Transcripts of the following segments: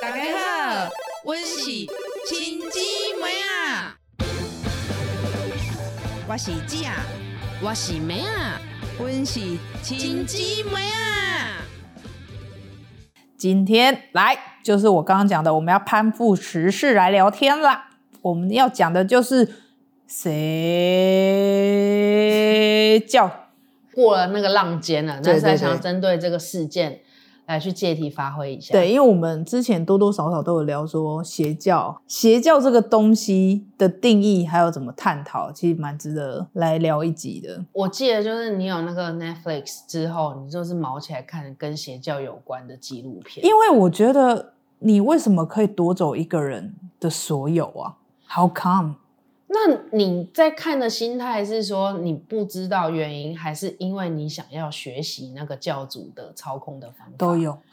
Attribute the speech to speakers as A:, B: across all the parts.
A: 大家好，我是亲姊妹啊，我是姐啊，
B: 我是妹啊，
A: 我是亲姊妹啊。
C: 今天来就是我刚刚讲的，我们要攀附时事来聊天啦。我们要讲的就是谁 叫
B: 过了那个浪尖了，
C: 对
B: 那是
C: 对
B: 在
C: 对
B: 想要针对这个事件来去借题发挥一下。，
C: 对，因为我们之前多多少少都有聊说邪教，邪教这个东西的定义还有怎么探讨，其实蛮值得来聊一集的。
B: 我记得就是你有那个 Netflix 之后，你就是毛起来看跟邪教有关的纪录片。
C: 因为我觉得你为什么可以夺走一个人的所有啊？How come？
B: 那你在看的心态是说你不知道原因，还是因为你想要学习那个教主的操控的方法？
C: 都，有，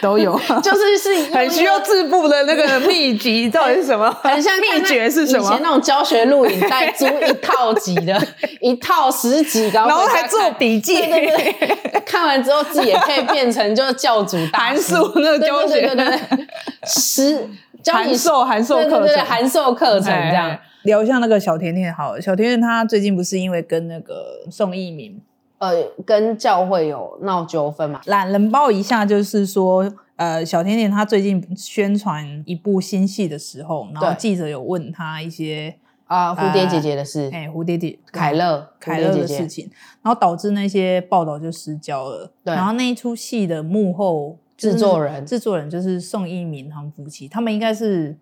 C: 都有，
B: 就是是
C: 很需要
B: 用一个
C: 自部的 那个秘籍到底是什么？
B: 很像看
C: 秘
B: 那
C: 诀是什
B: 以前
C: 么？
B: 那种教学录影带租一套集的， 一套十几个，
C: 然后
B: 回家
C: 还做
B: 看
C: 笔记，
B: 对对对，看完之后自己也可以变成就是教主大
C: 函
B: 师
C: 授那个教
B: 对对
C: 学，
B: 对对对， 十教你
C: 函授函授
B: 对对
C: 课
B: 对对
C: 程，
B: 函授课程这样
C: 哎。。聊一下那个小甜甜好了，小甜甜她最近不是因为跟那个宋一鸣
B: 呃，跟教会有闹纠纷嘛？
C: 懒人包一下，就是说，呃，小甜甜她最近宣传一部新戏的时候，然后
B: 对
C: 记者有问她一些，
B: 啊，蝴蝶姐姐的事，
C: 呃哎、蝴蝶姐
B: 凯乐，
C: 凯
B: 蝴
C: 乐
B: 蝶
C: 的
B: 姐
C: 事
B: 姐，
C: 情，然后导致那些报道就失焦了。
B: 对
C: 然后那一出戏的幕后就是
B: 制作人
C: 制作人就是宋一鸣他们夫妻，他们应该是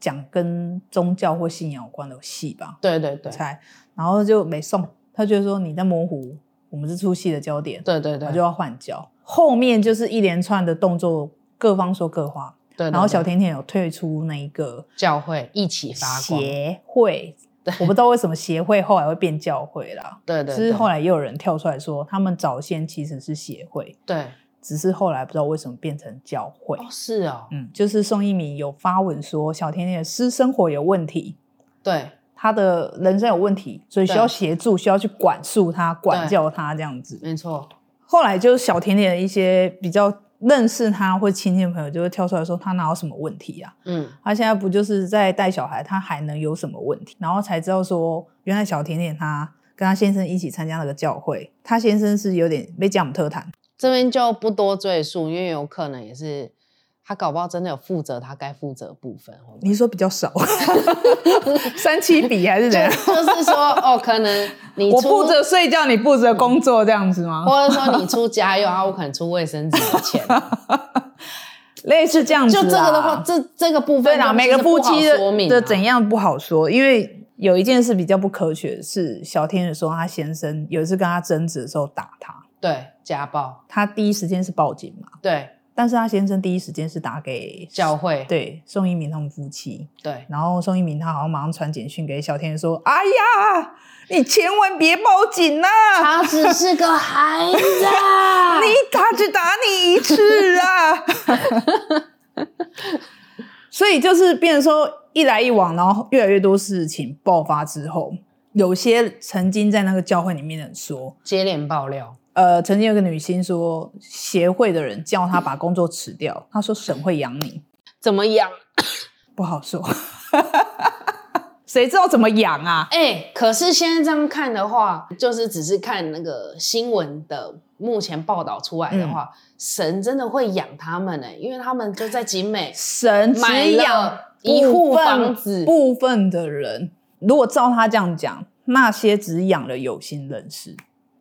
C: 讲跟宗教或信仰有关的戏吧，
B: 对对对，
C: 猜。然后就没送，他觉得说你在模糊我们这出戏的焦点。
B: 对对
C: 我
B: 对，
C: 就要换角。后面就是一连串的动作，各方说各话。
B: 对，
C: 然后小
B: 天
C: 甜甜有退出那一个
B: 教会一起发光，对
C: 协会，我不知道为什么协会后来会变教会啦。
B: 对
C: 只
B: 对，
C: 是后来也有人跳出来说，他们早先其实是协会，
B: 对
C: 只是后来不知道为什么变成教会。
B: 哦是哦，
C: 嗯，就是宋一鸣有发文说小甜甜的私生活有问题，
B: 对
C: 她的人生有问题，所以需要
B: 对
C: 协助，需要去管束她、管
B: 对
C: 教她这样子。
B: 没错，
C: 后来就是小甜甜的一些比较认识他或亲近的朋友，就会跳出来说他哪有什么问题啊？
B: 嗯
C: 他现在不就是在带小孩，他还能有什么问题？然后才知道说，原来小甜甜她跟她先生一起参加那个教会，她先生是有点被贾姆特谈，
B: 这边就不多赘述，因为有可能也是他搞不好真的有负责他该负责的部分，会不会
C: 你说比较少， 三七比还是怎 样？
B: 就是说哦，可能你
C: 啊我
B: 出哦
C: 负，责睡觉，你负责工作，这样子吗？
B: 或者说你出家用，然啊后我可能出卫生纸的 钱，
C: 类似这样子
B: 就
C: 啦，
B: 这个的话，这这个部分
C: 啊对啦，
B: 就
C: 每个
B: 就是不
C: 夫
B: 好
C: 妻
B: 说
C: 的
B: 明
C: 的
B: 啊
C: 怎样不好说，因为有一件事比较不科学的是，小天也说他先生有一次跟他争执的时候打他，
B: 对家暴，
C: 他第一时间是报警嘛，
B: 对
C: 但是他先生第一时间是打给
B: 教会，
C: 对宋一鸣他们夫妻，
B: 对
C: 然后宋一鸣他好像马上传简讯给小天说：“哎呀，你千万别报警啊呐、
B: 他只是个孩子 啊
C: 你他只打你一次啊！” 所以就是变成说一来一往，然后越来越多事情爆发之后，有些曾经在那个教会里面的人说，
B: 接连爆料，
C: 呃，曾经有个女星说，协会的人叫她把工作辞掉，她说神会养你，
B: 怎么养？
C: 不好说， 谁知道怎么养啊？
B: 哎、可是现在这样看的话，就是只是看那个新闻的目前报道出来的
C: 嗯
B: 话，神真的会养他们呢、因为他们就在景美，
C: 神
B: 买
C: 只养
B: 了一户
C: 部分
B: 房子
C: 部分的人，如果照他这样讲，那些只养了有心人士。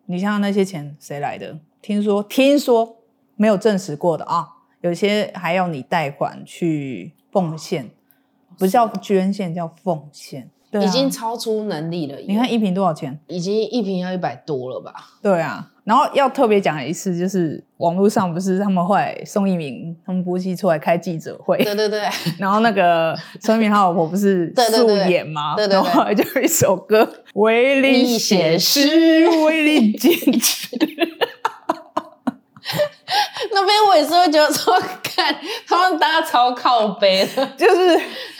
C: 你想想那些钱谁来的？听说听说没有证实过的啊，有些还要你贷款去奉献，不叫捐献，叫奉献。对啊、
B: 已经超出能力了耶。
C: 你看一瓶多少钱？
B: 已经一瓶要一百多了 吧？
C: 对啊，然后要特别讲一次，就是网络上不是他们后来宋一鸣他们夫妻出来开记者会，
B: 对对对，
C: 然后那个孙敏他老婆不是
B: 对对
C: 素
B: 对
C: 颜吗？
B: 对对对
C: 然后后来就有一首歌《威力写诗》，威力坚持。
B: 那边我也是会觉得说，看他们大家超靠背的，
C: 就是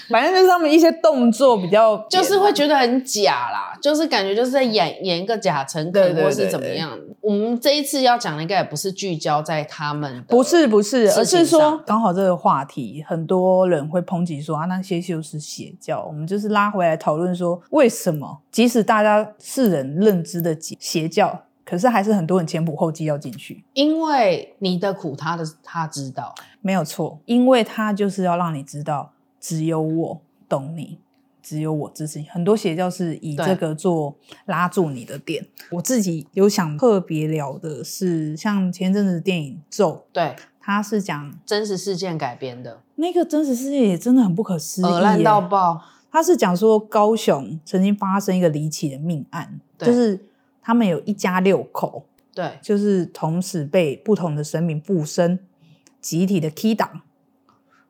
C: 反正就是他们一些动作比较，
B: 就是会觉得很假啦，就是感觉就是在演演一个假诚
C: 对
B: 恳
C: 对
B: 或是
C: 对
B: 怎么
C: 对
B: 样。我们这一次要讲的应该也不是聚焦在他们的，
C: 不是不是，而
B: 事情
C: 是说
B: 上
C: 刚好这个话题，很多人会抨击说啊，那些就是邪教。我们就是拉回来讨论说，为什么即使大家世人认知的邪邪教，可是还是很多人前仆后继要进去。
B: 因为你的苦他的他知道，
C: 没有错，因为他就是要让你知道，只有我懂你，只有我支持你。很多邪教是以
B: 对
C: 这个做拉住你的点。我自己有想特别聊的是，像前阵子的电影《咒》，
B: 对，
C: 它是讲
B: 真实事件改编的，
C: 那个真实世界也真的很不可思议耶，
B: 恶烂到爆，
C: 他是讲说高雄曾经发生一个离奇的命案，
B: 对
C: 就是他们有一家六口，
B: 对
C: 就是同时被不同的神明附身，集体的 key 档，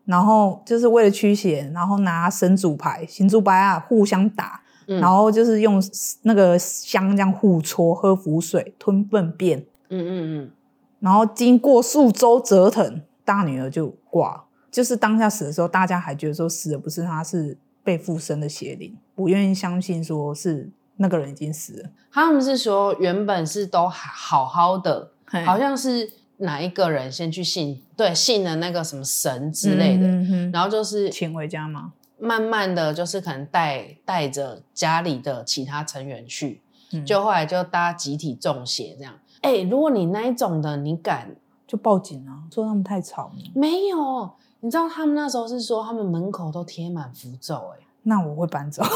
C: 然后就是为了驱邪，然后拿神主牌、行主牌啊互相打，
B: 嗯
C: 然后就是用那个香这样互搓、喝符水、吞粪便，
B: 嗯嗯嗯，
C: 然后经过数周折腾，大女儿就挂了。就是当下死的时候，大家还觉得说死的不是她，是被附身的邪灵，不愿意相信说是那个人已经死了。
B: 他们是说原本是都好好的，好像是哪一个人先去信，对，信了那个什么神之类的，
C: 嗯哼
B: 然后就是
C: 请回家吗？
B: 慢慢的就是可能带带着家里的其他成员去，
C: 嗯
B: 就后来就大家集体中邪这样。哎、如果你那一种的，你敢
C: 就报警啊，说他们太吵了。
B: 没有？你知道他们那时候是说他们门口都贴满符咒、
C: 那我会搬走，
B: 哎，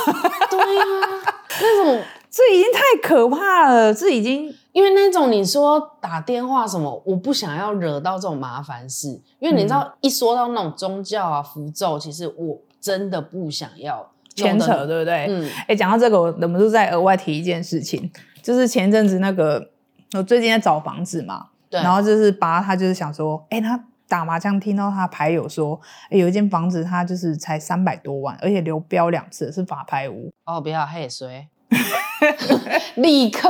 B: 对啊，那种
C: 这已经太可怕了，这已经
B: 因为那种你说打电话什么，我不想要惹到这种麻烦事，因为你知道、
C: 嗯
B: 一说到那种宗教啊符咒，其实我真的不想要
C: 牵
B: 弄得
C: 扯，对不对？
B: 嗯，
C: 哎、讲到这个，我忍不住再额外提一件事情，就是前阵子那个，我最近在找房子嘛，
B: 对，
C: 然后就是把他就是想说，哎、他打麻将听到他牌友说，哎，有一间房子他就是才三百多万，而且流标两次，是法拍屋。
B: 哦，不要，嘿， 谁？立刻，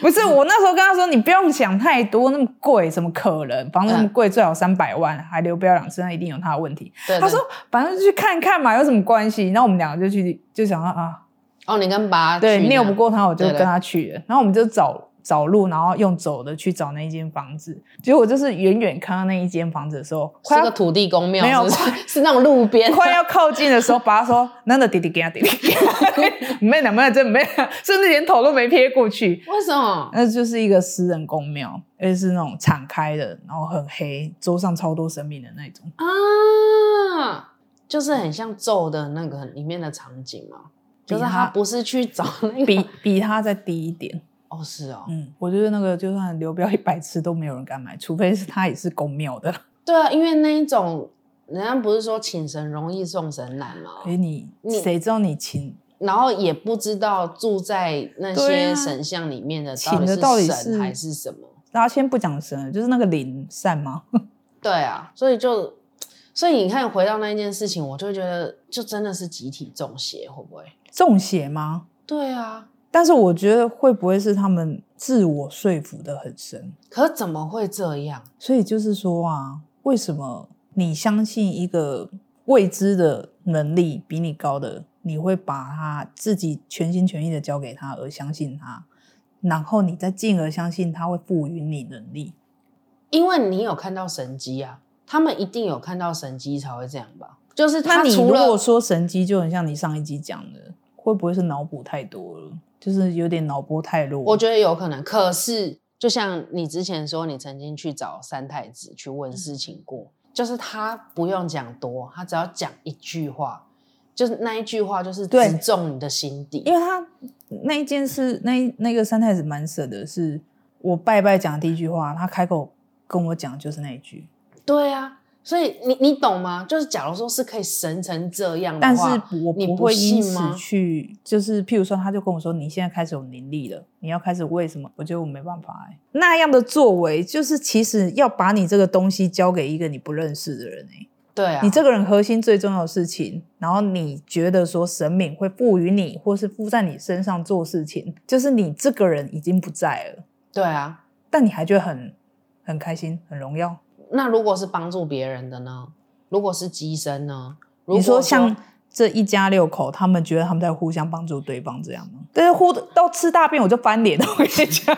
C: 不是我那时候跟他说，你不用想太多，那么贵怎么可能？房子那么贵，最好三百万，还流标两次，那一定有他的问题。
B: 对
C: 他
B: 对
C: 说反正就去看看嘛，有什么关系？然后我们两个就去，就想到啊，
B: 哦，你跟爸
C: 对，
B: 去那
C: 拗不，过他，我就
B: 对
C: 跟
B: 对
C: 他去了。然后我们就找找路，然后用走的去找那一间房子。结果就是远远看到那一间房子的时候，快
B: 是
C: 要
B: 个土地公庙，
C: 没有
B: 是不 是是那种路边，
C: 快要靠近的时候，爸说：“那个弟弟给他弟弟给他，没有没有真没有，甚至连头都没撇过去。
B: 为什么？
C: 那就是一个私人公庙，而且是那种敞开的，然后很黑，桌上超多神明的那种。
B: 啊，就是很像咒的那个里面的场景嘛，
C: 比
B: 就是
C: 他
B: 他不是去找那个，
C: 比比他再低一点，
B: 哦，是哦，
C: 嗯，我觉得那个就算流标一百次都没有人敢买，除非是他也是公庙的。
B: 对啊，因为那一种，人家不是说请神容易送神难嘛
C: 所，以哦你
B: 你
C: 谁知道你请
B: 然后也不知道住在那
C: 对啊
B: 些神像里面的
C: 请的到
B: 到
C: 底
B: 底
C: 是
B: 神还是什么。
C: 然后先不讲神了，就是那个灵善吗？
B: 对啊，所以就，所以你看，回到那一件事情，我就会觉得，就真的是集体中邪，会不会？
C: 中邪吗？
B: 对啊，
C: 但是我觉得会不会是他们自我说服的很深？
B: 可怎么会这样？
C: 所以就是说啊，为什么你相信一个未知的能力比你高的，你会把他自己全心全意的交给他而相信他，然后你再进而相信他会赋予你能力？
B: 因为你有看到神机啊，他们一定有看到神机才会这样吧？就是
C: 那
B: 他
C: 你如
B: 除
C: 果
B: 了
C: 说神机，就很像你上一集讲的，会不会是脑补太多了？就是有点脑波太弱。
B: 我觉得有可能，可是就像你之前说，你曾经去找三太子去问事情过，
C: 嗯
B: 就是他不用讲多，他只要讲一句话，就是那一句话就是
C: 对
B: 直中你的心底
C: 因。为他那一件事，那那个三太子蛮舍得，是我拜拜讲的第一句话，他开口跟我讲就是那一句，
B: 对啊，所以你你懂吗？就是假如说是可以神成这样的
C: 但是
B: 话，
C: 我
B: 你
C: 不
B: 不
C: 会
B: 信
C: 因此
B: 吗？
C: 去，就是譬如说，他就跟我说你现在开始有能力了，你要开始为什么？我觉得我没办法哎、那样的作为就是其实要把你这个东西交给一个你不认识的人哎、
B: 对啊，
C: 你这个人核心最重要的事情，然后你觉得说神明会赋予你，或是附在你身上做事情，就是你这个人已经不在了。
B: 对啊，
C: 但你还觉得很很开心、很荣耀。
B: 那如果是帮助别人的呢？如果是机身呢？如
C: 你
B: 果
C: 像这一家六口，他们觉得他们在互相帮助对方这样吗？但是互到吃大便我就翻脸，我跟你 讲，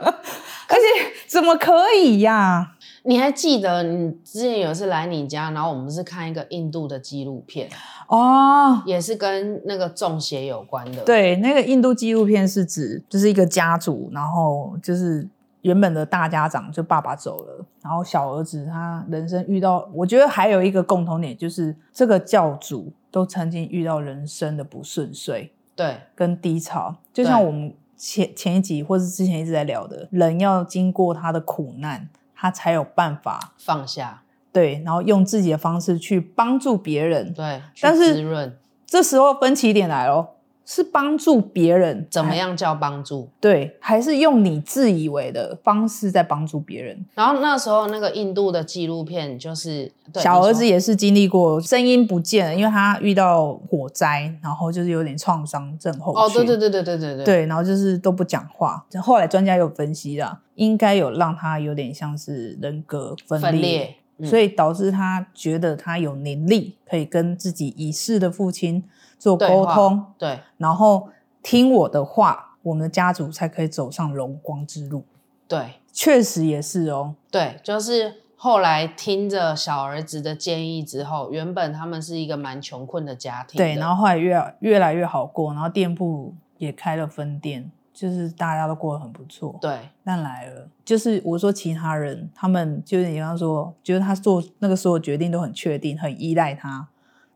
C: 而且怎么可以呀、
B: 你还记得你之前有一次来你家，然后我们是看一个印度的纪录片，
C: 哦，
B: 也是跟那个中邪有关的。，
C: 对，那个印度纪录片是指就是一个家族，然后就是原本的大家长就爸爸走了，然后小儿子他人生遇到，我觉得还有一个共同点就是这个教主都曾经遇到人生的不顺遂
B: 对
C: 跟低潮，就像
B: 对
C: 我们前前一集或是之前一直在聊的，人要经过他的苦难，他才有办法
B: 放下，
C: 对，然后用自己的方式去帮助别人，
B: 对，去
C: 但是
B: 滋润
C: 这时候分歧点来咯，是帮助别人
B: 怎么
C: 样？
B: 样叫帮助？
C: 对，还是用你自以为的方式在帮助别人。
B: 然后那时候那个印度的纪录片就是对
C: 小儿
B: 你
C: 子
B: 说
C: 也是经历过声音不见了，因为他遇到火灾，然后就是有点创伤症候
B: 哦，
C: 群。
B: 对对对对对对对
C: 对然后就是都不讲话。后来专家有分析啦，应该有让他有点像是人格分
B: 分裂，嗯
C: 所以导致他觉得他有能力可以跟自己已逝的父亲做
B: 对
C: 沟
B: 话
C: 通，
B: 对
C: 然后听我的话，我们的家族才可以走上荣光之路。
B: 对
C: 确实也是哦，
B: 对，就是后来听着小儿子的建议之后，原本他们是一个蛮穷困的家庭的，
C: 对，然后后来越越来越好过，然后店铺也开了分店，就是大家都过得很不错。
B: 对
C: 但来了，就是我说其他人，他们就是你刚刚说，觉得他做那个所有决定都很确定，很依赖他，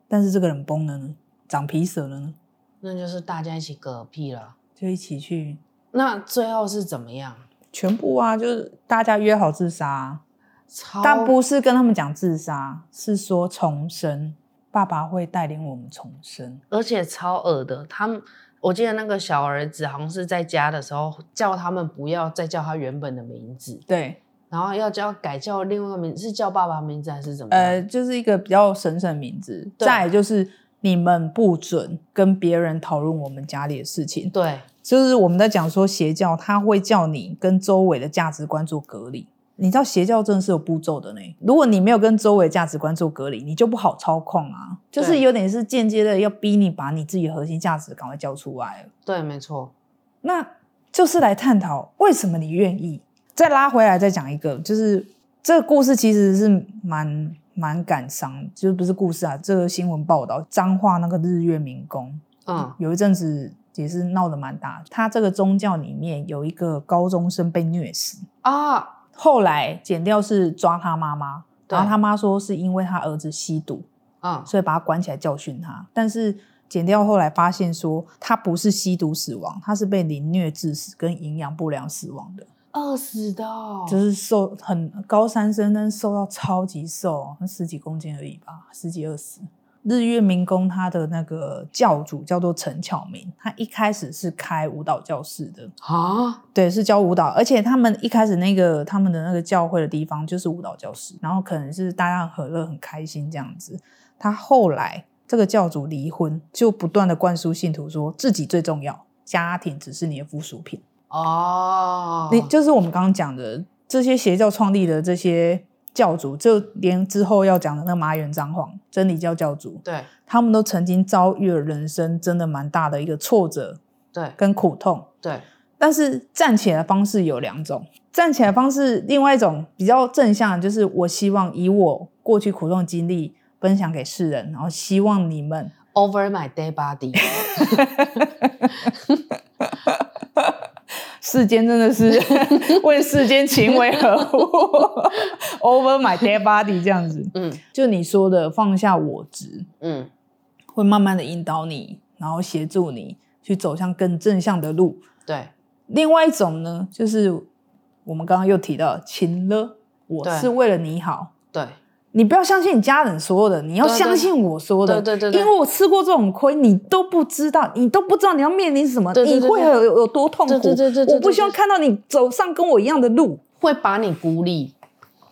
C: 但是这个人崩了呢，长皮蛇了呢，
B: 那就是大家一起嗝屁了。
C: 就一起去
B: 那最后是怎么样？
C: 全部啊，就是大家约好自杀啊，
B: 超
C: 但不是跟他们讲自杀，是说重生，爸爸会带领我们重生。
B: 而且超恶的。他们，我记得那个小儿子好像是在家的时候叫他们不要再叫他原本的名字，
C: 对，
B: 然后要叫改叫另外一个名字，是叫爸爸名字还是怎么样？
C: 呃，就是一个比较神圣的名字。
B: 嗯对
C: 再来就是你们不准跟别人讨论我们家里的事情。
B: 对
C: 就是我们在讲说邪教，它会叫你跟周围的价值观做隔离。你知道邪教真的是有步骤的呢。如果你没有跟周围价值观做隔离，你就不好操控啊。就是
B: 对
C: 有点是间接的要逼你把你自己的核心价值赶快交出来了。
B: 对，没错，
C: 那就是来探讨为什么你愿意。再拉回来再讲一个，就是这个故事其实是蛮蛮感伤，就是不是故事啊，这个新闻报道彰化那个日月民工
B: 嗯，
C: 有一阵子也是闹得蛮大。他这个宗教里面有一个高中生被虐死，
B: 啊，
C: 后来剪掉是抓他妈妈，
B: 对
C: 然后他妈说是因为他儿子吸毒，
B: 嗯，
C: 所以把他关起来教训他。但是剪掉后来发现说，他不是吸毒死亡，他是被凌虐致死跟营养不良死亡的，
B: 饿死的哦、
C: 就是瘦很高三生，但是瘦到超级瘦，哦十几公斤而已吧，十几二十。日月民工他的那个教主叫做陈巧明，他一开始是开舞蹈教室的，
B: 啊，
C: 对，是教舞蹈，而且他们一开始那个他们的那个教会的地方就是舞蹈教室，然后可能是大家很和乐、很开心这样子。他后来这个教主离婚，就不断的灌输信徒说自己最重要，家庭只是你的附属品。
B: 哦，
C: 你就是我们刚刚讲的这些邪教创立的这些教主，就连之后要讲的那个麻原彰晃真理教教主，
B: 对
C: 他们都曾经遭遇了人生真的蛮大的一个挫折
B: 对
C: 跟苦痛。
B: 对，
C: 但是站起来的方式有两种，站起来的方式，另外一种比较正向的，就是我希望以我过去苦痛的经历分享给世人，然后希望你们
B: Over my dead body，
C: 世间真的 是问世间情为何物 ，Over my dead body 这样子，
B: 嗯
C: 就你说的放下我执，
B: 嗯，
C: 会慢慢的引导你，然后协助你去走向更正向的路。
B: 对
C: 另外一种呢，就是我们刚刚又提到的情了，我
B: 对
C: 是为了你好。
B: 对
C: 你不要相信你家人说的，你要
B: 对对
C: 相信我说的。
B: 对对对对
C: 因为我吃过这种亏，你都不知道，你都不知道你要面临什么，
B: 对对对
C: 你会
B: 对
C: 有有多痛苦。
B: 对对对对对
C: 我不希望
B: 对对
C: 看到你走上跟我一样的路。
B: 会把你孤立，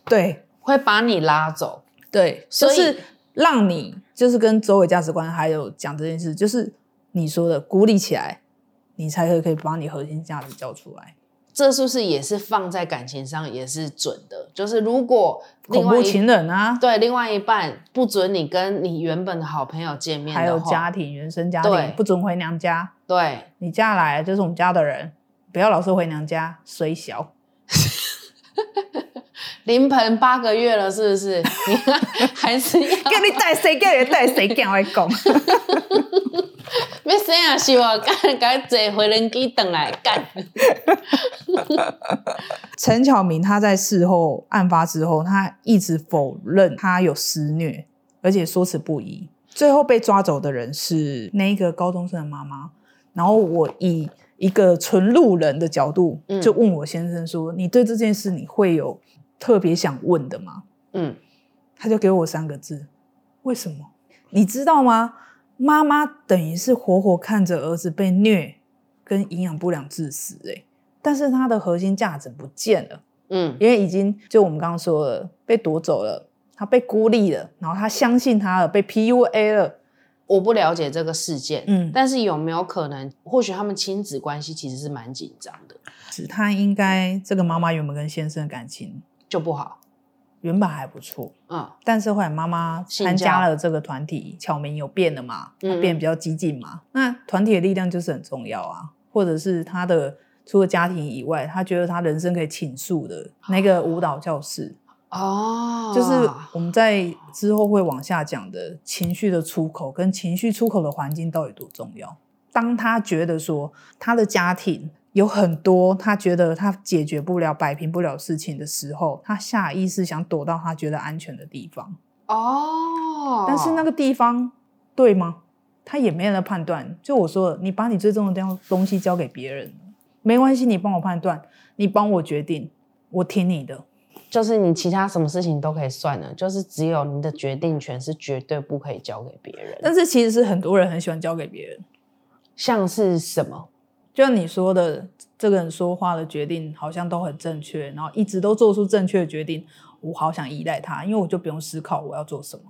C: 对
B: 会把你拉走，
C: 对，就
B: 所以
C: 是让你就是跟周围价值观还有讲这件事，就是你说的鼓励起来，你才可以可以把你核心价值交出来。
B: 这是不是也是放在感情上也是准的？就是如果另
C: 恐
B: 外
C: 怖
B: 一
C: 情人啊，
B: 对另外一半不准你跟你原本的好朋友见面
C: 还有
B: 的话，
C: 家庭、原生家庭
B: 对
C: 不准回娘家，
B: 对，
C: 你嫁来就是我们家的人，不要老是回娘家，虽小。
B: 临盆八个月了，是不 是？你还是要
C: 叫你带谁，叫你带谁，叫我讲。
B: 要生啊？是我干，赶紧坐回人机等来干。
C: 陈巧明他在事后案发之后，他一直否认他有施虐，而且说辞不一。最后被抓走的人是那一个高中生的妈妈。然后我以一个纯路人的角度，
B: 嗯
C: 就问我先生说：“你对这件事你会有特别想问的吗
B: 嗯，？”
C: 他就给我三个字：“为什么？你知道吗？妈妈等于是活活看着儿子被虐跟营养不良致死、欸，但是他的核心价值不见了。”
B: 嗯，
C: 因为已经就我们刚刚说了，被夺走了，他被孤立了，然后他相信他了，被 PUA 了，
B: 我不了解这个事件，
C: 嗯
B: 但是有没有可能，或许他们亲子关系其实是蛮紧张的，
C: 是他应该这个妈妈原本跟先生的感情
B: 就不好。
C: 原本还不错，
B: 嗯
C: 但是后来妈妈参加了这个团体，巧明有变了嘛，
B: 嗯
C: 她变得比较激进嘛，那团体的力量就是很重要啊，或者是他的除了家庭以外，他觉得他人生可以倾诉的
B: 啊
C: 那个舞蹈教室，
B: 哦，
C: 就是我们在之后会往下讲的情绪的出口跟情绪出口的环境到底多重要。当他觉得说他的家庭有很多他觉得他解决不了、摆平不了事情的时候，他下意识想躲到他觉得安全的地方，
B: 哦，
C: 但是那个地方对吗？他也没人来判断。就我说的，你把你最重要的东东西交给别人，没关系，你帮我判断，你帮我决定，我听你的。
B: 就是你其他什么事情都可以算了，就是只有你的决定权是绝对不可以交给别人。
C: 但是其实是很多人很喜欢交给别人。
B: 像是什么？
C: 就像你说的，这个人说话的决定好像都很正确，然后一直都做出正确的决定，我好想依赖他，因为我就不用思考我要做什么。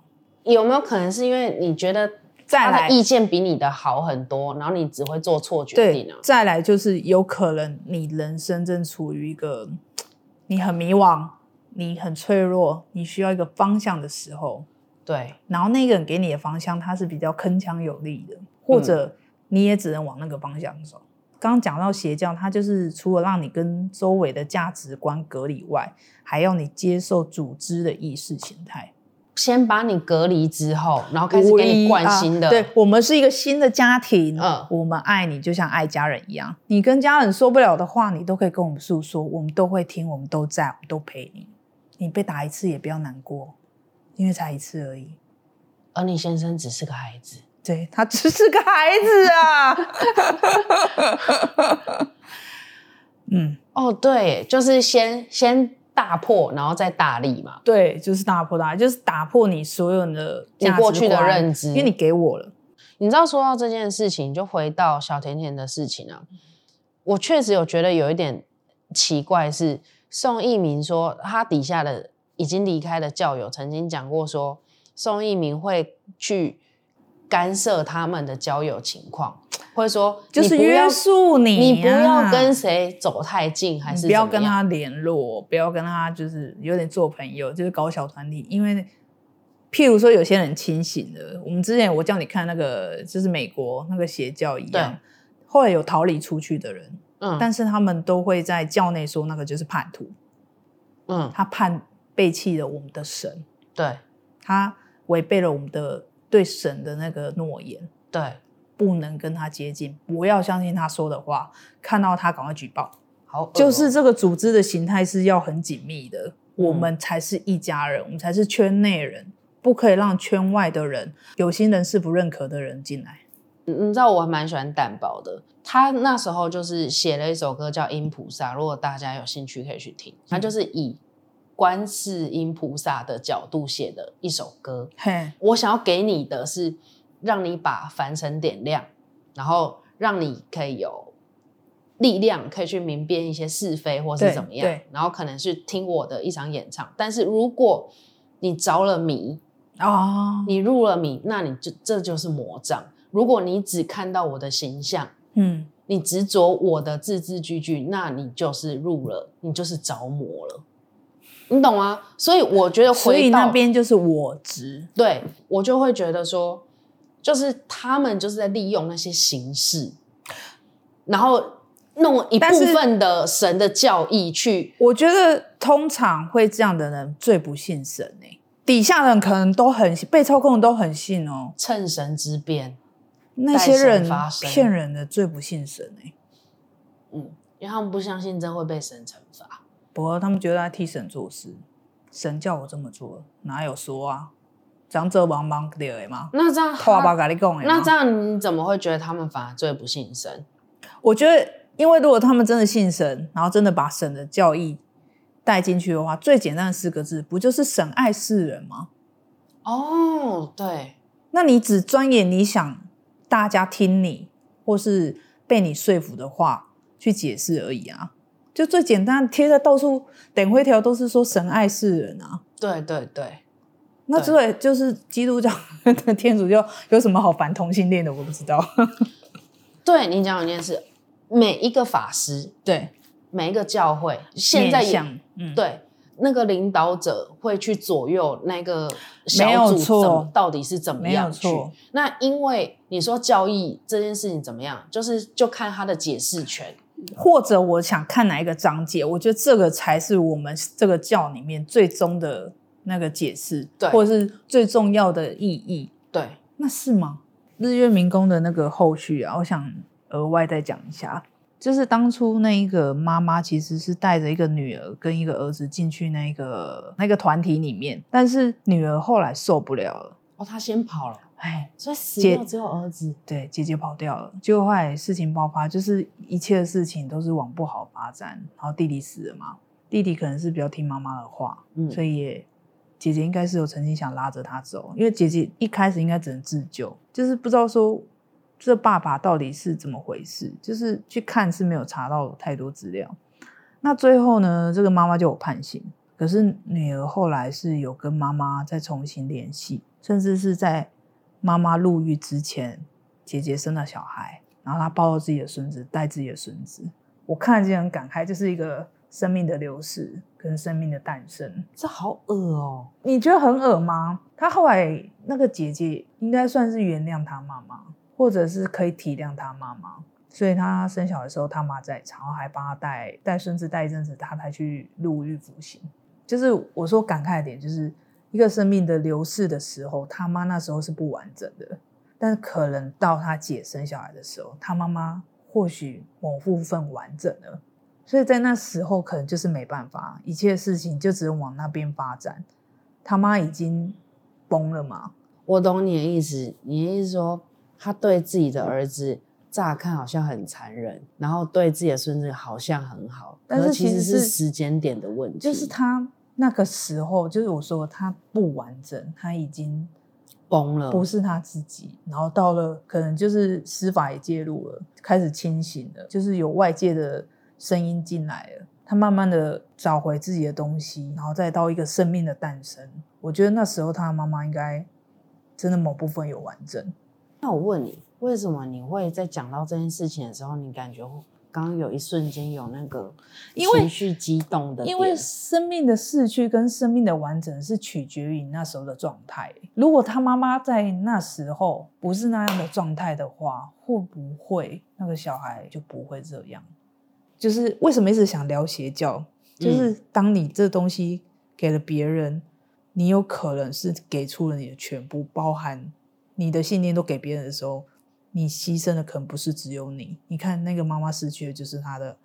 B: 有没有可能是因为你觉得
C: 再
B: 他
C: 来
B: 的，意见比你的好很多，然后你只会做错决
C: 对
B: 定啊，？
C: 再来就是有可能你人生正处于一个你很迷惘、你很脆弱、你需要一个方向的时候，
B: 对，
C: 然后那个人给你的方向，他是比较铿锵有力
B: 嗯
C: 的，或者你也只能往那个方向走。刚刚讲到邪教，它就是除了让你跟周围的价值观隔离外，还要你接受组织的意识形态，
B: 先把你隔离之后，然后开始给你灌新的，
C: 啊对我们是一个新的家庭，
B: 嗯
C: 我们爱你就像爱家人一样。你跟家人受不了的话，你都可以跟我们诉说，我们都会听，我们都在，我们都陪你。你被打一次也不要难过，因为才一次而已。
B: 而你先生只是个孩子，
C: 对他只是个孩子啊。嗯，
B: 哦，对，就是先先大破，然后再大力嘛，
C: 对，就是打破大，就是打破你所有的
B: 你
C: 价值
B: 过去的
C: 观
B: 认知
C: 因为你给我了。
B: 你知道说到这件事情，就回到小甜甜的事情啊，
C: 嗯
B: 我确实有觉得有一点奇怪是，宋一鸣说他底下的已经离开的教友曾经讲过说，宋一鸣会去干涉他们的交友情况，会说
C: 就是
B: 你不要
C: 约束你
B: 你不
C: 啊
B: 要跟谁走太近，还
C: 你
B: 是
C: 不要
B: 怎
C: 跟
B: 么样
C: 他联络，不要跟他就是有点做朋友，就是搞小团体。因为譬如说有些人清醒的，我们之前我叫你看那个就是美国那个邪教一样，后来有逃离出去的人，
B: 嗯
C: 但是他们都会在教内说那个就是叛徒，
B: 嗯
C: 他叛背弃了我们的神，
B: 对
C: 他违背了我们的对神的那个诺言，
B: 对，
C: 不能跟他接近，不要相信他说的话，看到他赶快举报。
B: 好恶哦，
C: 就是这个组织的形态是要很紧密的，
B: 嗯
C: 我们才是一家人，我们才是圈内人，不可以让圈外的人、有心人士不认可的人进来。
B: 你你知道我还蛮喜欢蛋堡的，他那时候就是写了一首歌叫《音菩萨》，如果大家有兴趣可以去听，他就是以观世音菩萨的角度写的一首歌。
C: 嘿，
B: 我想要给你的是，让你把凡尘点亮，然后让你可以有力量，可以去明辨一些是非或是
C: 对
B: 怎么样
C: 对，
B: 然后可能是听我的一场演唱。但是如果你着了迷，
C: 啊，
B: 你入了迷，那你就这就是魔障。如果你只看到我的形象，
C: 嗯，
B: 你执着我的字字句句，那你就是入了，你就是着魔了，你懂吗？所以我觉得
C: 所
B: 回
C: 以
B: 到
C: 那边就是我执，
B: 对我就会觉得说，就是他们就是在利用那些形式，然后弄一
C: 但是
B: 部分的神的教义去，
C: 我觉得通常会这样的人最不信神诶、底下的人可能都很被操控，都很信哦。
B: 趁神之便，
C: 那些人
B: 带神发神
C: 骗人的最不信神欸诶、
B: 嗯，因为他们不相信真会被神惩罚。
C: 不过他们觉得在替神做事，神叫我这么做，哪有说啊？长者茫茫的嘛，啊
B: 那这样
C: 话吧，
B: 他，
C: 跟你讲的嘛
B: 啊那这样你怎么会觉得他们反而最不信神？
C: 我觉得，因为如果他们真的信神，然后真的把神的教义带进去的话，最简单的四个字，不就是神爱世人吗？
B: 哦，对，
C: 那你只钻研你想大家听你或是被你说服的话去解释而已啊，就最简单贴在到处等灰条都是说神爱世人啊。
B: 对对对，
C: 那所以就是基督教 的天主教有什么好烦同性恋的？我不知道。
B: 对你讲一件事，每一个法师，
C: 对，
B: 每一个教会，现在
C: 面
B: 也
C: 向嗯，
B: 对，那个领导者会去左右那个
C: 没
B: 小
C: 有
B: 组怎
C: 错
B: 么到底是怎么
C: 没有
B: 样去
C: 错。
B: 那因为你说教义这件事情怎么样，就是就看他的解释权。
C: 或者我想看哪一个章节，我觉得这个才是我们这个教里面最终的那个解释，
B: 对
C: 或者是最重要的意义，
B: 对，
C: 那是吗？日月明宫的那个后续啊，我想额外再讲一下，就是当初那一个妈妈其实是带着一个女儿跟一个儿子进去那个那个团体里面，但是女儿后来受不了了，
B: 哦，他先跑了，
C: 哎，
B: 所以死
C: 姐
B: 掉只有儿子。
C: 对，姐姐跑掉了，结果后来事情爆发，就是一切的事情都是往不好发展。然后弟弟死了嘛，弟弟可能是比较听妈妈的话，
B: 嗯
C: 所以也姐姐应该是有曾经想拉着他走，因为姐姐一开始应该只能自救，就是不知道说这爸爸到底是怎么回事，就是去看是没有查到太多资料。那最后呢，这个妈妈就有判刑，可是女儿后来是有跟妈妈再重新联系，甚至是在妈妈入狱之前，姐姐生了小孩，然后她抱着自己的孙子，带自己的孙子。我看了就很感慨，就是一个生命的流逝跟生命的诞生。
B: 这好恶哦、
C: 你觉得很恶吗？她后来那个姐姐应该算是原谅她妈妈，或者是可以体谅她妈妈。所以她生小的时候，她妈在场，然后还帮她带带孙子带一阵子，她才去入狱服刑。就是我说感慨的点，就是一个生命的流逝的时候，他妈那时候是不完整的，但可能到他姐生小孩的时候，他妈妈或许某部分完整了，所以在那时候可能就是没办法，一切事情就只能往那边发展。他妈已经崩了嘛，
B: 我懂你的意思，你的意思说他对自己的儿子。乍看好像很残忍，然后对自己的孙子好像很好，
C: 但是
B: 可其
C: 其
B: 实
C: 实
B: 是
C: 是
B: 时间点的问题。
C: 就是他那个时候，就是我说他不完整，他已经
B: 崩了，
C: 不是他自己，然后到了可能就是司法也介入了，开始清醒了，就是有外界的声音进来了，他慢慢的找回自己的东西，然后再到一个生命的诞生。我觉得那时候他的妈妈应该真的某部分有完整，
B: 那我问你，为什么你会在讲到这件事情的时候，你感觉刚刚有一瞬间有那个
C: 因为
B: 情绪激动的点？
C: 因为生命的逝去跟生命的完整是取决于你那时候的状态。如果他妈妈在那时候不是那样的状态的话，会不会那个小孩就不会这样？就是为什么一直想聊邪教？
B: 嗯
C: 就是当你这东西给了别人，你有可能是给出了你的全部，包含你的信念都给别人的时候，你牺牲的可能不是只有你。你看那个妈妈失去的就是她的，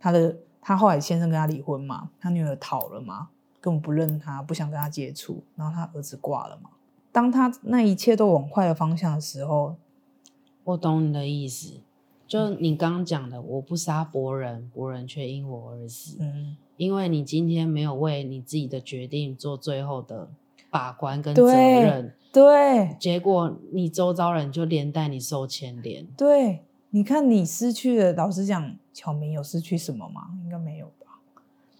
C: 她的她后来先生跟她离婚嘛，她女儿逃了嘛，根本不认她，不想跟她接触，然后她儿子挂了嘛。当她那一切都往坏的方向的时候，
B: 我懂你的意思，就你刚刚讲的，我不杀伯仁，伯仁却因我而死，
C: 嗯，
B: 因为你今天没有为你自己的决定做最后的把关跟责
C: 对
B: 任，
C: 对
B: 结果你周遭人就连带你受牵连。
C: 对，你看你失去了，老实讲，巧明有失去什么吗？应该没有吧。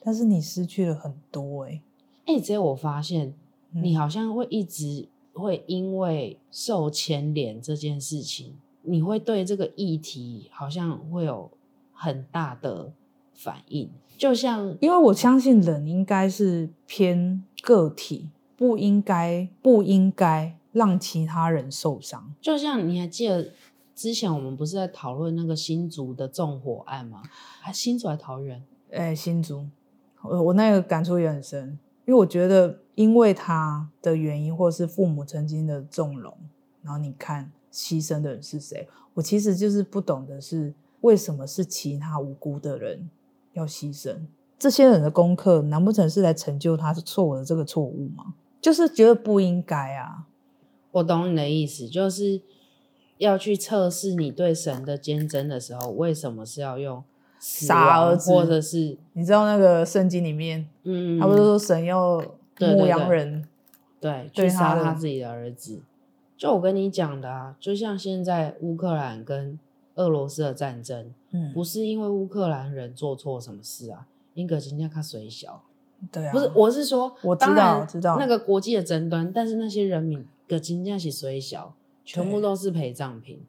C: 但是你失去了很多哎、
B: 哎、只有我发现
C: 嗯
B: 你好像会一直会因为受牵连这件事情，你会对这个议题好像会有很大的反应，就像
C: 因为我相信人应该是偏个体，不应该不应该让其他人受伤。
B: 就像你还记得之前我们不是在讨论那个新竹的纵火案吗？还新竹还桃园？
C: 哎、新竹，我我那个感触也很深，因为我觉得因为他的原因，或是父母曾经的纵容，然后你看牺牲的人是谁，我其实就是不懂的是为什么是其他无辜的人要牺牲。这些人的功课，难不成是来成就他是错误的这个错误吗？就是觉得不应该啊，
B: 我懂你的意思，就是要去测试你对神的坚贞的时候，为什么是要用死
C: 杀
B: 亡
C: 儿子
B: 或者是
C: 你知道那个圣经里面，
B: 嗯，
C: 他不是说神要
B: 对对
C: 牧羊
B: 对
C: 人
B: 对
C: 对
B: 去
C: 他
B: 杀
C: 的
B: 他自己的儿子？就我跟你讲的啊，就像现在乌克兰跟俄罗斯的战争，
C: 嗯
B: 不是因为乌克兰人做错什么事啊，因为今天看水小，
C: 对啊，
B: 不是，我是说，
C: 我知
B: 当
C: 道
B: 然
C: 我知道
B: 那个国际的争端，但是那些人民的金价是虽小，全部
C: 对
B: 都是陪葬品。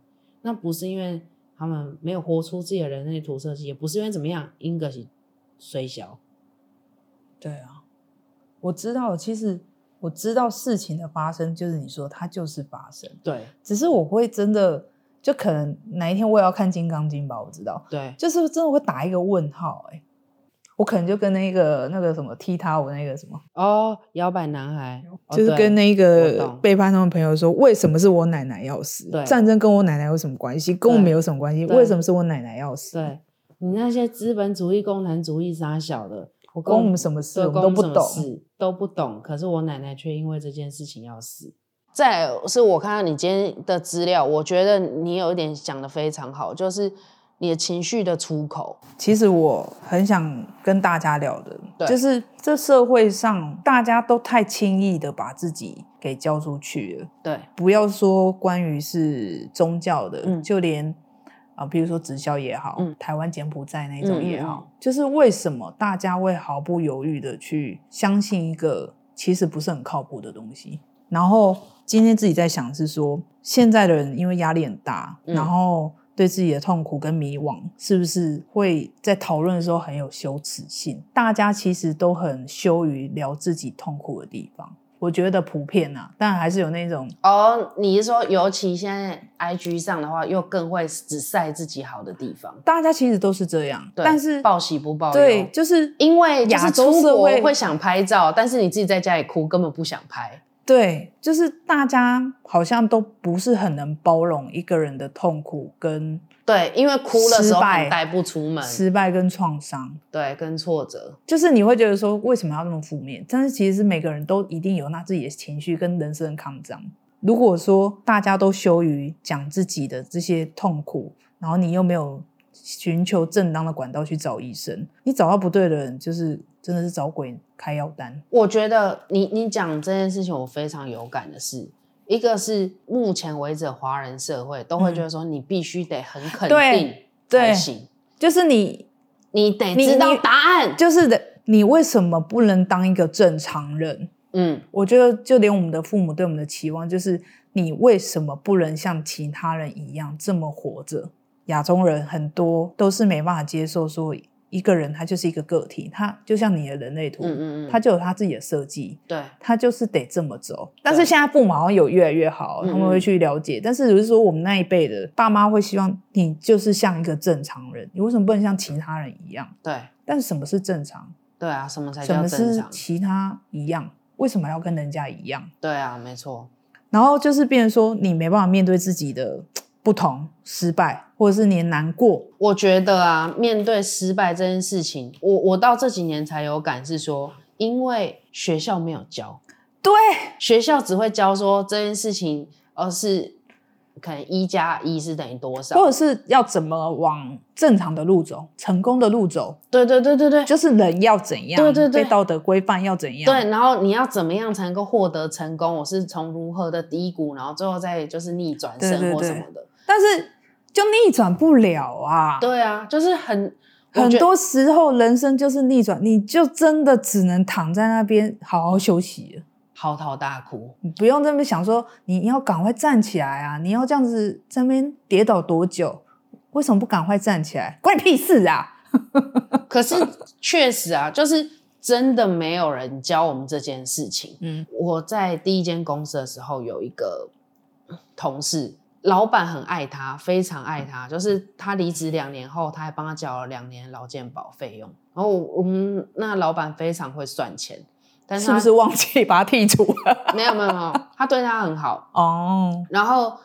B: 那不是因为他们没有活出自己的人类涂色系，也不是因为怎么样，因个是虽小。
C: 对啊，我知道，其实我知道事情的发生，就是你说它就是发生，
B: 对
C: 只是我会真的，就可能哪一天我也要看《金刚经》吧，我知道，
B: 对，
C: 就是真的会打一个问号、欸，我可能就跟那个那个什么踢他我那个什么，
B: 哦，摇摆男孩，哦
C: 就是
B: 对
C: 跟那
B: 我
C: 个
B: 懂
C: 背叛他们朋友说，为什么是我奶奶要死？
B: 对
C: 战争跟我奶奶有什么关系？跟我
B: 对
C: 没有什么关系，
B: 对
C: 为什么是我奶奶要死？
B: 对你那些资本主义、共产主义傻小的，我
C: 关我们什么事？
B: 对
C: 我们
B: 关
C: 都不
B: 什么
C: 懂。
B: 事，都不懂。可是我奶奶却因为这件事情要死。
A: 在
B: 是我看到你今天的资料，我觉得你有一点讲的非常好，就是你的情绪的出口。
C: 其实我很想跟大家聊的，
B: 对
C: 就是这社会上大家都太轻易的把自己给交出去了，
B: 对
C: 不要说关于是宗教的，
B: 嗯
C: 就连啊、比如说直销也好，
B: 嗯
C: 台湾柬埔寨那种也
B: 嗯
C: 好，就是为什么大家会毫不犹豫的去相信一个其实不是很靠谱的东西？然后今天自己在想是说，现在的人因为压力很大，
B: 嗯
C: 然后对自己的痛苦跟迷惘，是不是会在讨论的时候很有羞耻性？大家其实都很羞于聊自己痛苦的地方。我觉得普遍啊，但还是有那种
B: 哦，你是说，尤其现在 IG 上的话，又更会只晒自己好的地方，
C: 大家其实都是这样，
B: 对
C: 但是
B: 报喜不报忧。
C: 对，就是
B: 因为就是
C: 亚洲
B: 出
C: 社
B: 国
C: 会
B: 会想拍照，但是你自己在家里哭，根本不想拍。
C: 对，就是大家好像都不是很能包容一个人的痛苦、跟
B: 对，因为哭的时
C: 失
B: 候
C: 败
B: 很带不出门，
C: 失败、跟创伤。
B: 对，跟挫折。
C: 就是你会觉得说，为什么要那么负面？但是其实每个人都一定有那自己的情绪跟人生的抗争。如果说大家都羞于讲自己的这些痛苦，然后你又没有寻求正当的管道去找医生，你找到不对的人，就是真的是找鬼开药单。
B: 我觉得你你讲这件事情，我非常有感的是，一个是目前为止的华人社会都会觉得说，你必须得很肯定
C: 嗯对对
B: 才行，
C: 就是你
B: 你得
C: 你
B: 知道
C: 你
B: 答案。
C: 就是的，你为什么不能当一个正常人？
B: 嗯，
C: 我觉得，就连我们的父母对我们的期望，就是你为什么不能像其他人一样这么活着？亚洲人很多都是没办法接受说一个人他就是一个个体，他就像你的人类图，
B: 嗯嗯嗯
C: 他就有他自己的设计，
B: 对
C: 他就是得这么走。但是现在父母好像有越来越好，
B: 嗯嗯
C: 他们会去了解。但是如果是说我们那一辈的爸妈会希望你就是像一个正常人，你为什么不能像其他人一样？
B: 对
C: 但什么是正常？
B: 对啊，什么才
C: 什
B: 叫
C: 么
B: 正
C: 是
B: 常？
C: 其他一样？为什么要跟人家一样？
B: 对啊，没错，
C: 然后就是变成说你没办法面对自己的不同、失败，或者是你的难过。
B: 我觉得啊，面对失败这件事情，我我到这几年才有感是说，因为学校没有教，
C: 对
B: 学校只会教说这件事情，而是可能一加一是等于多少
C: 或，者是要怎么往正常的路走、成功的路走，
B: 对对对对对，
C: 就是人要怎样，
B: 对对对
C: 被道德规范要怎样，
B: 对，然后你要怎么样才能够获得成功？我是从如何的低谷，然后最后再就是逆转
C: 对对
B: 生或
C: 对
B: 什么的。
C: 但是就逆转不了啊。
B: 对啊，就是很我
C: 很
B: 觉
C: 多时候人生就是逆转，你就真的只能躺在那边好好休息了。
B: 嚎啕大哭。
C: 你不用在那边想说你要赶快站起来啊，你要这样子在那边跌倒多久？为什么不赶快站起来？关你屁事啊！
B: 可是确实啊，就是真的没有人教我们这件事情。
C: 嗯
B: 我在第一间公司的时候，有一个同事，老板很爱他，非常爱他。就是他离职两年后，他还帮他缴了两年劳健保费用。然后我们那老板非常会算钱，但是
C: 是
B: 他
C: 不是忘记把它剔除了？
B: 没有没有没有，他对他很好。
C: 哦，
B: 然后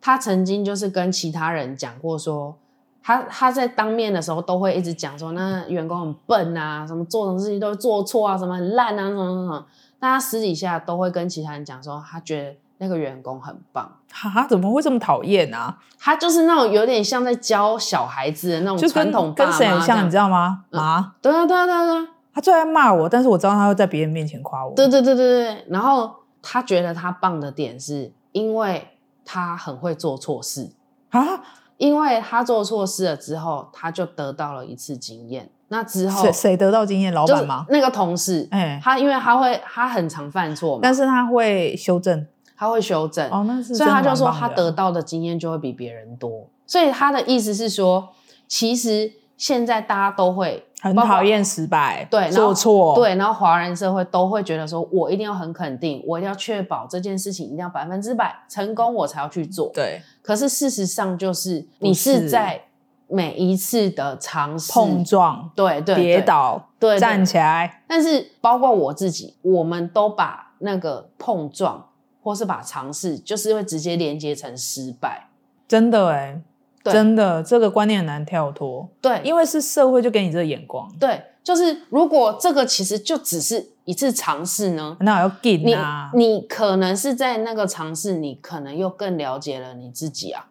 B: 他曾经就是跟其他人讲过说，他他在当面的时候都会一直讲说，那员工很笨啊，什么做什么事情都做错啊，什么很烂啊，什么什么什么。但他私底下都会跟其他人讲说，他觉得那个员工很棒。
C: 哈，怎么会这么讨厌啊？
B: 他就是那种有点像在教小孩子的那种
C: 就
B: 传
C: 跟
B: 统爸
C: 跟
B: 妈
C: 谁很像，你知
B: 道？
C: 道吗？
B: 嗯
C: 啊，
B: 对啊，对啊，对啊，对啊，
C: 他最爱骂我，但是我知道他会在别人面前夸我。
B: 对对对对对。然后他觉得他棒的点是因为他很会做错事。
C: 啊，
B: 因为他做错事了之后，他就得到了一次经验。那之后，
C: 谁谁得到经验？老
B: 就
C: 板
B: 是
C: 吗？
B: 那个同事，
C: 哎
B: 他因为他会，他很常犯错嘛
C: 但，是他会修正。
B: 他会修正，
C: 哦，那是
B: 所以他
C: 真的
B: 就说
C: 蛮
B: 他
C: 棒的
B: 得到的经验就会比别人多。所以他的意思是说，其实现在大家都会
C: 很
B: 包括
C: 讨厌失败，
B: 对然后
C: 做错，，
B: 对，然后华人社会都会觉得说，我一定要很肯定，我一定要确保这件事情一定要百分之百成功，我才要去做。
C: 对，
B: 可是事实上就是，
C: 不
B: 你是
C: 是
B: 在每一次的尝试
C: 碰撞、
B: 对对
C: 跌，倒、
B: 对对
C: 站起来，
B: 对但是包括我自己，我们都把那个碰撞或是把尝试，就是会直接连接成失败。
C: 真的哎，
B: 对
C: 真的这个观念很难跳脱，
B: 对，因为
C: 因为是社会就给你这个眼光，
B: 对，就是如果这个其实就只是一次尝试呢，
C: 那我要
B: 你、
C: 进啊，
B: 你可能是在那个尝试，你可能又更了解了你自己啊，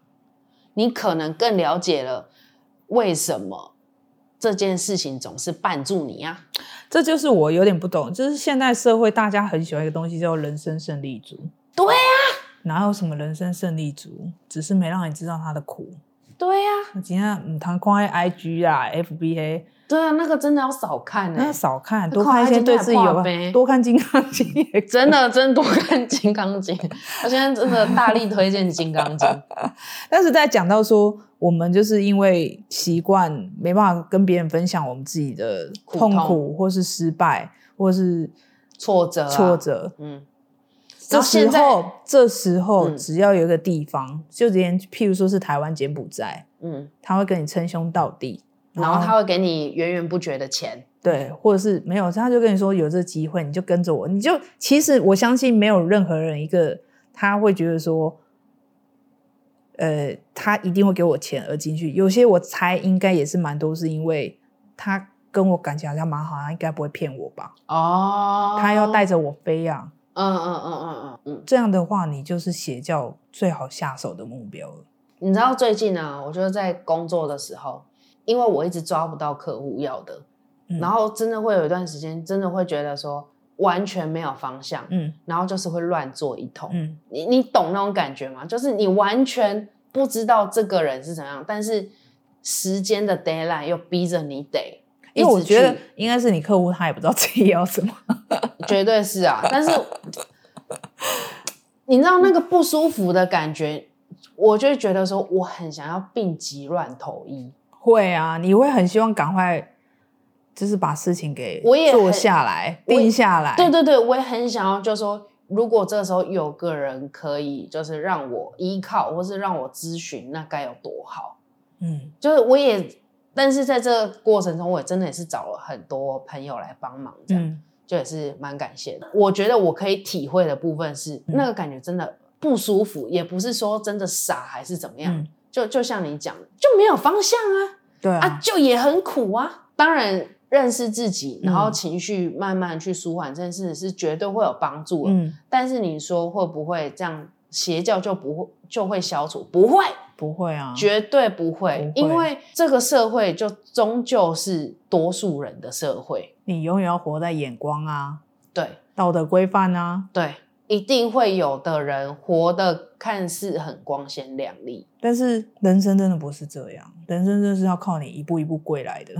B: 你可能更了解了为什么这件事情总是绊住你啊。
C: 这就是我有点不懂，就是现代社会大家很喜欢一个东西叫人生胜利组，
B: 对呀、
C: 啊哪有什么人生胜利组，只是没让你知道他的苦。
B: 对呀、啊
C: 你今天唔谈看 I G 啊，FB 黑，
B: 对啊，那个真的要少看哎、
C: 那少看，
B: 那
C: 多
B: 看
C: 看一些
B: IG
C: 对
B: 太
C: 自己
B: 挂
C: 有
B: 呗
C: 多看金刚经也可以
B: 真的，真多看《金刚经》， 我现在真的大力推荐《金刚经》。
C: 但是在讲到说，我们就是因为习惯没办法跟别人分享我们自己的
B: 苦
C: 痛
B: 痛
C: 苦，或是失败，或是
B: 挫折、啊，
C: 挫，折。
B: 嗯，然
C: 这
B: 后现
C: 时
B: 在
C: 候，这时候
B: 嗯
C: 只要有一个地方，就连譬如说是台湾、柬埔寨，
B: 嗯，
C: 他会跟你称兄道弟，
B: 然后他会给你源源不绝的钱，
C: 对，或者是没有，他就跟你说有这机会，你就跟着我，你就其实我相信没有任何人一个他会觉得说，呃，他一定会给我钱而进去。有些我猜应该也是蛮多，是因为他跟我感情好像蛮好，他应该不会骗我吧？
B: 哦
C: 他要带，着我飞啊，
B: 嗯嗯嗯嗯嗯嗯。
C: 这样的话你就是邪教最好下手的目标了。
B: 你知道最近啊，我就是在工作的时候，因为我一直抓不到客户要的，
C: 嗯
B: 然后真的会有一段时间，真的会觉得说完全没有方向，
C: 嗯
B: 然后就是会乱做一通，
C: 嗯，
B: 你你懂那种感觉吗？就是你完全不知道这个人是怎样，但是时间的 d a y l i n e 又逼着你得，
C: 因为我
B: 一直去
C: 觉得应该是你客户他也不知道自己要什么，
B: 绝对是啊，但是 你知道那个不舒服的感觉，我就会觉得说我很想要病急乱投医，
C: 会啊，你会很希望赶快，就是把事情给
B: 我也
C: 做
B: 很
C: 下来、
B: 我也
C: 定下来。
B: 对对对，我也很想要，就说如果这时候有个人可以就是让我依靠，或是让我咨询，那该有多好。
C: 嗯，
B: 就是我也，但是在这个过程中，我也真的也是找了很多朋友来帮忙，这样、
C: 嗯
B: 就也是蛮感谢的。我觉得我可以体会的部分是，
C: 嗯
B: 那个感觉真的不舒服，也不是说真的傻还是怎么样，
C: 嗯，
B: 就就像你讲的，就没有方向啊，
C: 对
B: 啊，
C: 啊，
B: 就也很苦啊。当然，认识自己，
C: 嗯
B: 然后情绪慢慢去舒缓，这件事是绝对会有帮助的。
C: 嗯，
B: 但是你说会不会这样邪教就不会就会消除？不会，
C: 不会啊，
B: 绝对不会，
C: 不会
B: 因为这个社会就终究是多数人的社会，
C: 你永远要活在眼光啊、
B: 对
C: 道德规范啊，
B: 对，一定会有的人活得看似很光鲜亮丽，
C: 但是人生真的不是这样，人生真的是要靠你一步一步跪来的。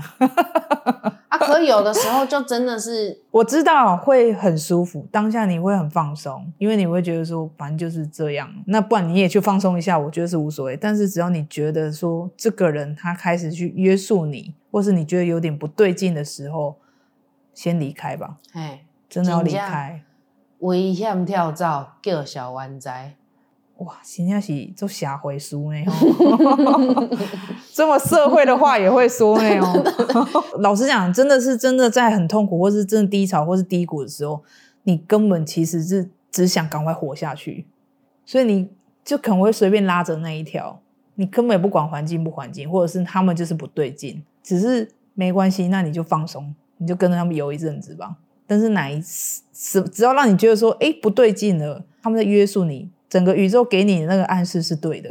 B: 啊，可有的时候就真的是
C: 我知道会很舒服，当下你会很放松，因为你会觉得说，反正就是这样。那不然你也去放松一下，我觉得是无所谓。但是只要你觉得说，这个人他开始去约束你，或是你觉得有点不对劲的时候，先离开吧，
B: 哎，
C: 真的要离
B: 真的
C: 开。
B: 危险跳蚤叫小弯仔，
C: 哇，真正是做瞎回书呢哦， 这么社会的话也会说呢哦。 老实讲，真的是真的在很痛苦，或是真的低潮，或是低谷的时候，你根本其实是只想赶快活下去，所以你就可能会随便拉着那一条，你根本也不管环境不环境，或者是他们就是不对劲，只是没关系，那你就放松，你就跟着他们游一阵子吧。但是哪一次，只只要让你觉得说，哎，不对劲了，他们在约束你，整个宇宙给你的那个暗示是对的。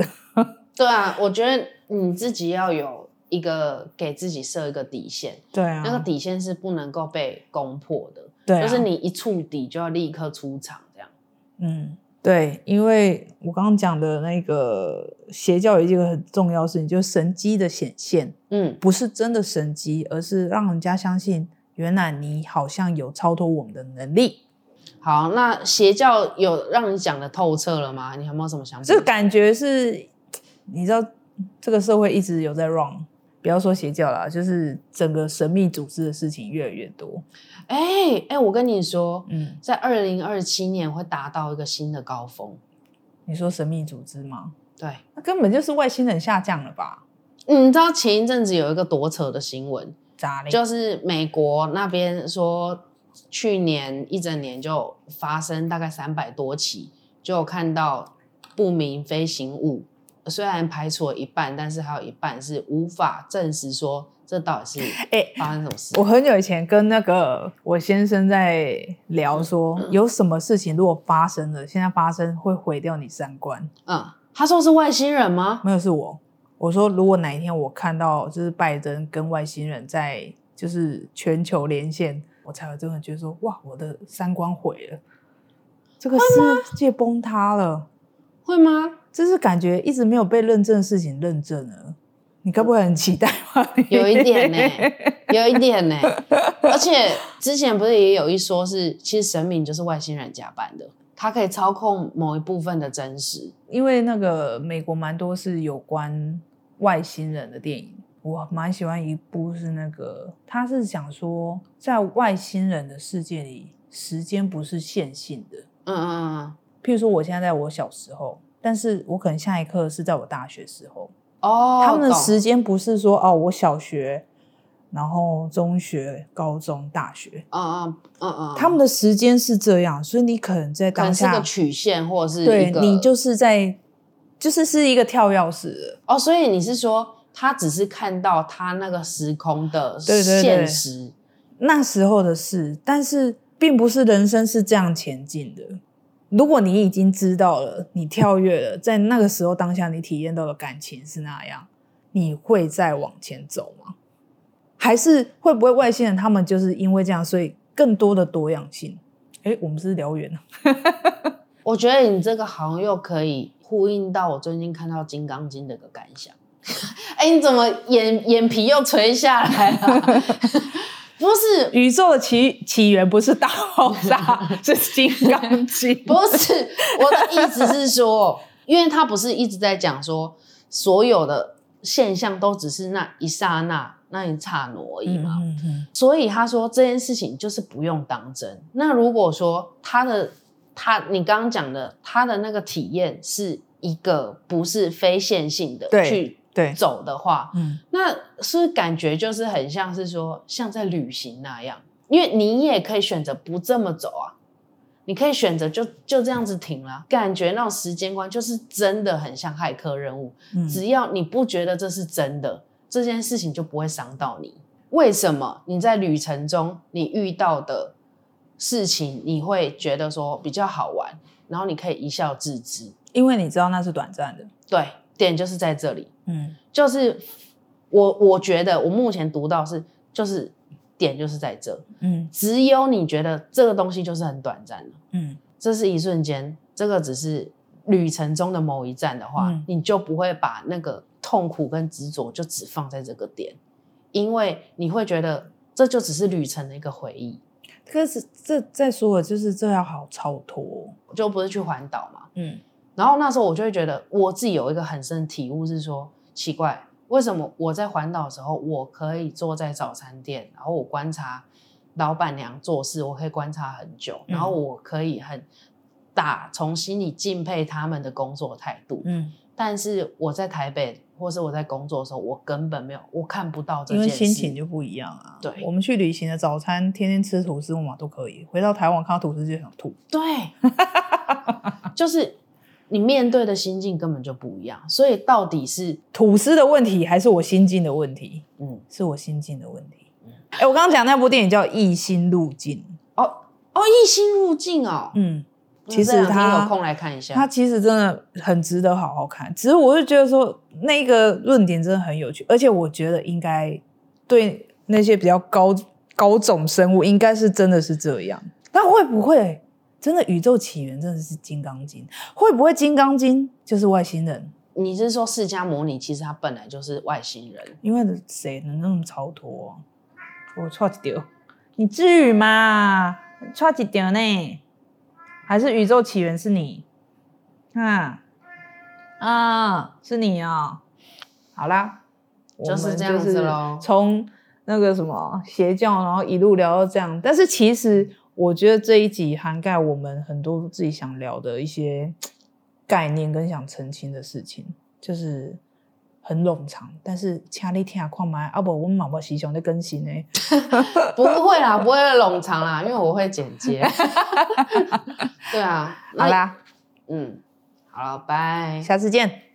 B: 对啊，我觉得你自己要有一个给自己设一个底线，
C: 对啊
B: 那个底线是不能够被攻破的，
C: 对啊
B: 就是你一触底就要立刻出场这样。
C: 嗯，对，因为我刚刚讲的那个邪教有一个很重要的事情，就是神机的显现，
B: 嗯，
C: 不是真的神机，而是让人家相信，原来你好像有超脱我们的能力。
B: 好，那邪教有让你讲的透彻了吗？你有没有什么想法？
C: 这个感觉是，你知道，这个社会一直有在 run，不要说邪教啦，就是整个神秘组织的事情越来越多。
B: 哎哎、我跟你说，
C: 嗯，
B: 在二零二七年会达到一个新的高峰。
C: 你说神秘组织吗？
B: 对，
C: 那根本就是外星人下降了吧？
B: 嗯你知道前一阵子有一个多扯的新闻，
C: 咋嘞？
B: 就是美国那边说，去年一整年就发生大概三百多起，就有看到不明飞行物，虽然排除了一半，但是还有一半是无法证实说这到底是
C: 哎
B: 发生什么事。
C: 我很久以前跟那个我先生在聊说，有什么事情如果发生了，现在发生会毁掉你三观。
B: 嗯，他说是外星人吗？
C: 没有，是我。我说，如果哪一天我看到就是拜登跟外星人在就是全球连线，我才会真的觉得说，哇，我的三观毁了，这个世界崩塌了。
B: 会吗？
C: 这是感觉一直没有被认证的事情认证了，你该不会很期待吧？
B: 有一点欸有一点呢、而且之前不是也有一说是，其实神明就是外星人假扮的，他可以操控某一部分的真实。
C: 因为那个美国蛮多是有关外星人的电影，我蛮喜欢一部是那个，他是讲说在外星人的世界里，时间不是线性的。
B: 嗯嗯嗯嗯，
C: 譬如说，我现在在我小时候，但是我可能下一刻是在我大学时候。
B: 哦，
C: 他们的
B: 懂
C: 时间不是说哦，我小学，然后中学、高中、大学，
B: 嗯嗯嗯嗯，
C: 他们的时间是这样，所以你可能在
B: 可
C: 当
B: 能是
C: 下
B: 个，曲线，或者是一
C: 对
B: 个
C: 你就是在，就是是一个跳跃式的。
B: 哦，所以你是说他只是看到他那个时空的
C: 对对对
B: 现实，
C: 那时候的事，但是并不是人生是这样前进的。如果你已经知道了，你跳跃了，在那个时候当下你体验到的感情是那样，你会再往前走吗？还是会不会外星人他们就是因为这样，所以更多的多样性？诶，我们是聊远了，
B: 我觉得你这个好像又可以呼应到我最近看到《金刚经》的一个感想。哎、你怎么眼眼皮又垂下来了？ 不是，
C: 宇宙的起起源不是大爆 炸，是金刚经。
B: 不是，我的意思是说，因为他不是一直在讲说所有的现象都只是那一刹那、那一刹那而已嘛。
C: 嗯嗯
B: 所以他说这件事情就是不用当真。那如果说他的他，你刚刚讲的他的那个体验是一个不是非线性的
C: 对
B: 去
C: 对
B: 走的话，
C: 嗯，
B: 那是感觉就是很像是说像在旅行那样，因为你也可以选择不这么走啊。你可以选择就就这样子停了，啊感觉那种时间观就是真的很像骇客任务，
C: 嗯
B: 只要你不觉得这是真的，这件事情就不会伤到你。为什么你在旅程中你遇到的事情，你会觉得说比较好玩，然后你可以一笑置之？
C: 因为你知道那是短暂的。
B: 对，点就是在这里，
C: 嗯，
B: 就是我我觉得我目前读到是就是点就是在这，
C: 嗯
B: 只有你觉得这个东西就是很短暂的，
C: 嗯，
B: 这是一瞬间，这个只是旅程中的某一站的话，
C: 嗯
B: 你就不会把那个痛苦跟执着就只放在这个点，因为你会觉得这就只是旅程的一个回忆。
C: 可是这再说了，就是这要好超脱哦、
B: 我就不是去环岛嘛，
C: 嗯，
B: 然后那时候我就会觉得，我自己有一个很深的体悟是说，奇怪，为什么我在环岛的时候，我可以坐在早餐店，然后我观察老板娘做事，我可以观察很久，
C: 嗯
B: 然后我可以很打从心里敬佩他们的工作态度，
C: 嗯，
B: 但是我在台北或是我在工作的时候，我根本没有，我看不到这
C: 因为
B: 件事。
C: 心情就不一样啊。
B: 对
C: 我们去旅行的早餐，天天吃吐司木马都可以，回到台湾看到吐司就想吐。
B: 对，就是你面对的心境根本就不一样，所以到底是
C: 吐司的问题还是我心境的问题？
B: 嗯
C: 是我心境的问题。哎、我刚刚讲那部电影叫《异心路径》，
B: 哦哦一心入境哦，
C: 嗯，
B: 那
C: 其
B: 这
C: 实
B: 两天
C: 它
B: 有空来看一下，
C: 它其实真的很值得好好看。只是我就觉得说，那个论点真的很有趣，而且我觉得应该对那些比较高高种生物，应该是真的是这样。那会不会真的宇宙起源真的是《金刚经》？会不会《金刚经》就是外星人？
B: 你是说释迦摩尼其实他本来就是外星人？
C: 因为谁能那么超脱、啊我错几丢，你至于吗？错几丢呢？还是宇宙起源是你？啊啊，是你啊、好啦，
B: 就
C: 我
B: 是
C: 们
B: 这样
C: 就是
B: 子咯
C: 从那个什么邪教，然后一路聊到这样，但是其实我觉得这一集涵盖我们很多自己想聊的一些概念跟想澄清的事情。就是很冗长，但是请你听看麦，啊不，我们毛毛时常在更新呢。
B: 不会啦，不会冗长啦，因为我会剪接。 对啊，那
C: 好，啦，
B: 嗯，好了，拜。
C: 下次见。